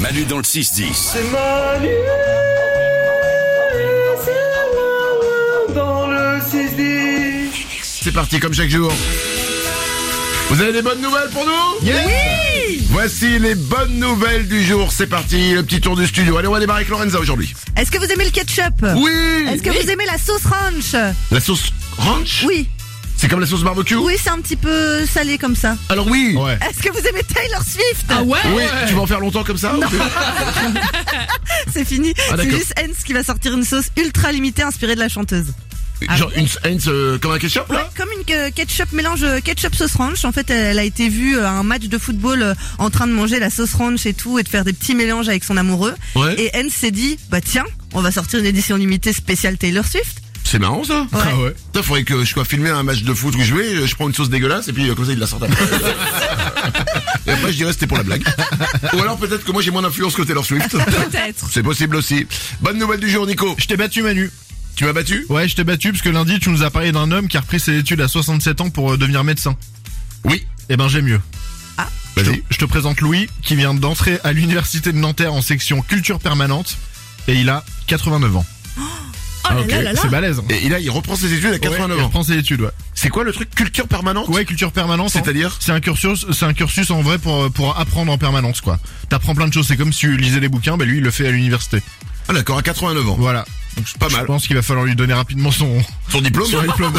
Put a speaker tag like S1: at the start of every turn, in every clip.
S1: Manu dans le 6-10.
S2: C'est Manu et c'est Wawa dans le 6-10.
S3: C'est parti comme chaque jour. Vous avez des bonnes nouvelles pour nous Oui Voici les bonnes nouvelles du jour. C'est parti, le petit tour du studio. Allez, on va démarrer avec Lorenza aujourd'hui.
S4: Est-ce que vous aimez le ketchup
S3: Oui
S4: Est-ce que vous aimez la sauce ranch
S3: La sauce ranch
S4: Oui.
S3: C'est comme la sauce barbecue
S4: Oui, c'est un petit peu salé comme ça.
S3: Alors oui ouais.
S4: Est-ce que vous aimez Taylor Swift
S5: ouais
S3: Oui, tu vas en faire longtemps comme ça ou tu-
S4: C'est fini. c'est
S3: d'accord.
S4: juste Heinz qui va sortir une sauce ultra limitée inspirée de la chanteuse.
S3: Genre une, une- euh, comme un ketchup là
S4: Ah Ouais, comme une que- ketchup mélange euh, ketchup sauce ranch. En fait, elle a été vue euh, à un match de football euh, en train de manger la sauce ranch et tout et de faire des petits mélanges avec son amoureux.
S3: Ouais.
S4: Et Heinz s'est dit, bah tiens, on va sortir une édition limitée spéciale Taylor Swift.
S3: C'est marrant ça
S4: Ah
S3: ouais Putain, faudrait que je sois filmé un match de foot où je vais, je prends une sauce dégueulasse et puis euh, comme ça il la sort après. et après je dirais c'était pour la blague. Ou alors peut-être que moi j'ai moins d'influence que Taylor Swift.
S5: Peut-être.
S3: C'est possible aussi. Bonne nouvelle du jour Nico.
S6: Je t'ai battu Manu.
S3: Tu m'as battu
S6: Ouais, je t'ai battu parce que lundi tu nous as parlé d'un homme qui a repris ses études à 67 ans pour euh, devenir médecin.
S3: Oui.
S6: Eh ben j'ai mieux.
S5: Ah.
S6: Je te,
S3: Vas-y.
S6: je te présente Louis qui vient d'entrer à l'université de Nanterre en section culture permanente et il a 89 ans.
S5: Oh
S3: Ah,
S5: là là là là.
S6: C'est balèze. hein.
S3: Et là il reprend ses études à 89
S6: Ouais, Il
S3: ans.
S6: reprend ses études, ouais.
S3: C'est quoi le truc culture permanente
S6: Ouais, culture permanente. hein.
S3: C'est-à-dire
S6: C'est un cursus, c'est un cursus en vrai pour euh, pour apprendre en permanence quoi. T'apprends plein de choses. C'est comme si tu lisais des bouquins, bah lui il le fait à l'université.
S3: Ah d'accord à 89 ans.
S6: Voilà.
S3: Donc c'est pas
S6: Je
S3: mal.
S6: pense qu'il va falloir lui donner rapidement son,
S3: Son diplôme. hein.
S6: son diplôme.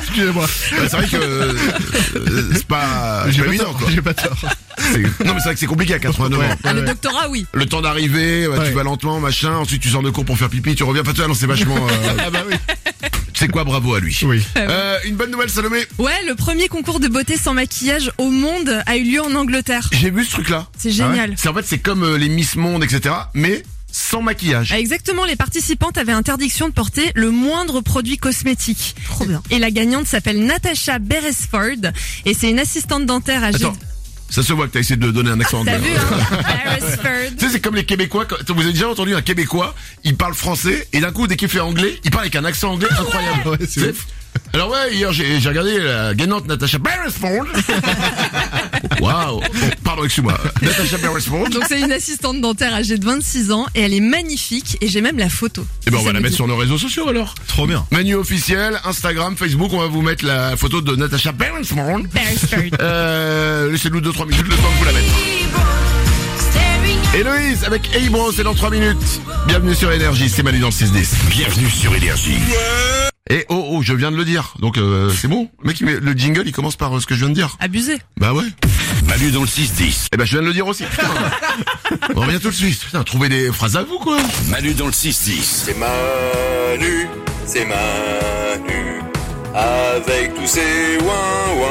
S6: Excusez-moi.
S3: Bah, c'est vrai que euh, euh, c'est pas, c'est
S6: J'ai
S3: pas
S6: pas
S3: évident
S6: tort.
S3: quoi.
S6: J'ai pas tort.
S3: C'est- Non mais c'est vrai que c'est compliqué à 89 ans.
S6: Ouais,
S5: Ah,
S6: ouais,
S5: le
S6: ouais.
S5: doctorat, oui.
S3: Le temps d'arriver, bah, tu
S6: Ouais.
S3: vas lentement, machin, ensuite tu sors de cours pour faire pipi, tu reviens. Enfin, tu vois, non, c'est vachement. euh,
S6: Ah bah oui.
S3: c'est quoi, bravo à lui.
S6: Oui.
S3: Euh, une bonne nouvelle, Salomé.
S5: Ouais, le premier concours de beauté sans maquillage au monde a eu lieu en Angleterre.
S3: J'ai vu ce truc-là. Ah
S5: C'est génial.
S3: C'est en fait, c'est comme euh, les Miss Monde, etc. Mais sans maquillage.
S5: Ah, Exactement, les participantes avaient interdiction de porter le moindre produit cosmétique.
S4: Trop bien.
S5: Et la gagnante s'appelle Natasha Beresford et c'est une assistante dentaire âgée.
S3: Attends, ça se voit que t'as essayé de donner un
S4: Ah,
S3: accent
S5: T'as
S3: anglais.
S5: vu, hein Beresford.
S3: Tu sais, c'est comme les Québécois. quand- Vous avez déjà entendu un Québécois, il parle français, et d'un coup, dès qu'il fait anglais, il parle avec un accent anglais incroyable.
S6: Ouais, c'est
S3: Tu sais
S6: ouf.
S3: Alors ouais, hier, j'ai j'ai regardé la gagnante Natasha Beresford. Waouh. Bon, pardon, excuse-moi. Natasha Beresford.
S5: Donc c'est une assistante dentaire âgée de 26 ans et elle est magnifique et j'ai même la photo.
S3: Et ben, on
S5: Ça
S3: va la
S5: me
S3: mettre
S5: dit.
S3: sur nos réseaux sociaux, alors.
S6: Trop bien.
S3: Manu officiel, Instagram, Facebook, on va vous mettre la photo de Natasha Beresford.
S5: Beresford.
S3: Euh, laissez-nous 2-3 minutes le temps que vous la mettre. Héloïse avec Hey Bro, c'est dans 3 minutes. Bienvenue sur Énergie, c'est Manu dans le 6-10.
S1: Bienvenue sur Énergie.
S3: Et oh oh, je viens de le dire, donc euh, c'est bon. Le mec, il met- le jingle, il commence par euh, ce que je viens de dire.
S5: Abusé.
S3: Bah ouais.
S1: Manu dans le 6-10.
S3: Et ben je viens de le dire aussi. Putain. on revient tout de suite. Putain, trouvez des phrases à vous quoi.
S1: Manu dans le 6-10.
S2: C'est Manu, c'est Manu, avec tous ses ouin